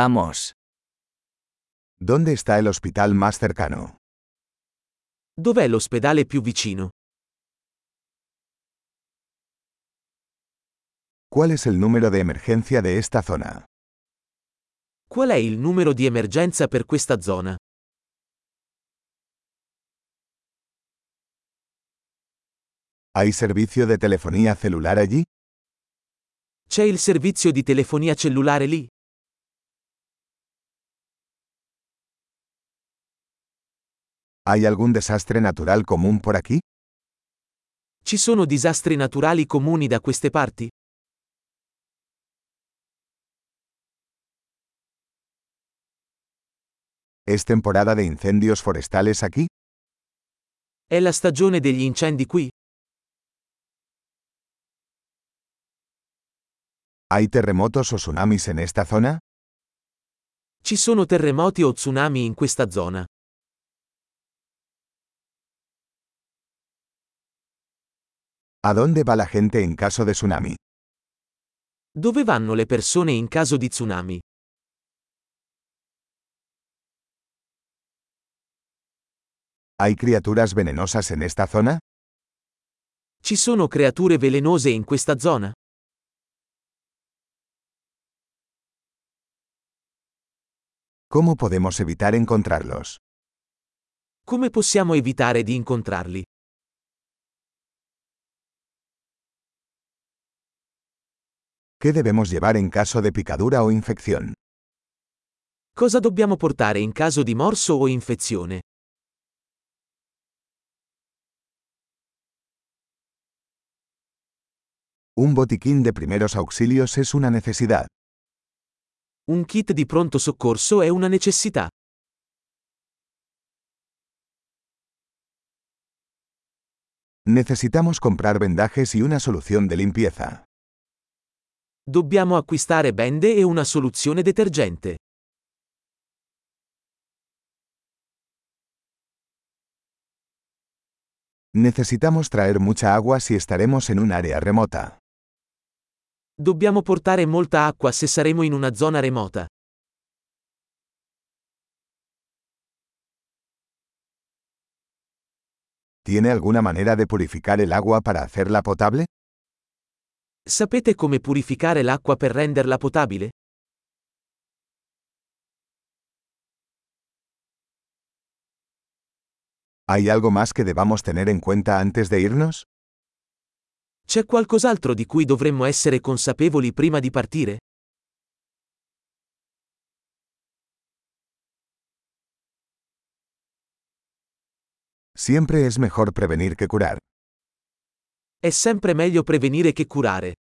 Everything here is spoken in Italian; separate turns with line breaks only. Vamos.
¿Dónde está el hospital más cercano?
Dov'è l'ospedale più vicino?
¿Cuál es el número de emergencia de esta zona?
Qual è il numero di emergenza per questa zona?
¿Hay servicio de telefonía celular allí?
C'è il servizio di telefonia cellulare lì?
¿Hay algún desastre natural común por aquí?
Ci sono disastri naturali comuni da queste parti?
¿Es temporada de incendios forestales aquí?
È la stagione degli incendi qui?
¿Hay terremotos o tsunamis en esta zona?
Ci sono terremoti o tsunami in questa zona?
¿A dónde va la gente en caso de tsunami?
Dove vanno le persone in caso di tsunami?
¿Hay criaturas venenosas en esta zona?
Ci sono creature velenose in questa zona?
¿Cómo podemos evitar encontrarlos?
Come possiamo evitare di incontrarli?
¿Qué debemos llevar en caso de picadura o infección?
Cosa dobbiamo portare in caso di morso o infezione?
Un botiquín de primeros auxilios es una necesidad.
Un kit di pronto soccorso è una necessità.
Necesitamos comprar vendajes y una solución de limpieza.
Dobbiamo acquistare bende e una soluzione detergente.
Necesitamos traer mucha agua si estaremos en un área remota.
Dobbiamo portare molta acqua se saremo in una zona remota.
¿Tiene alguna manera de purificar el agua para hacerla potable?
Sapete come purificare l'acqua per renderla potabile?
¿Hay algo más que debamos tener en cuenta antes de irnos?
C'è qualcos'altro di cui dovremmo essere consapevoli prima di partire?
Siempre es mejor prevenir que curar.
È sempre meglio prevenire che curare.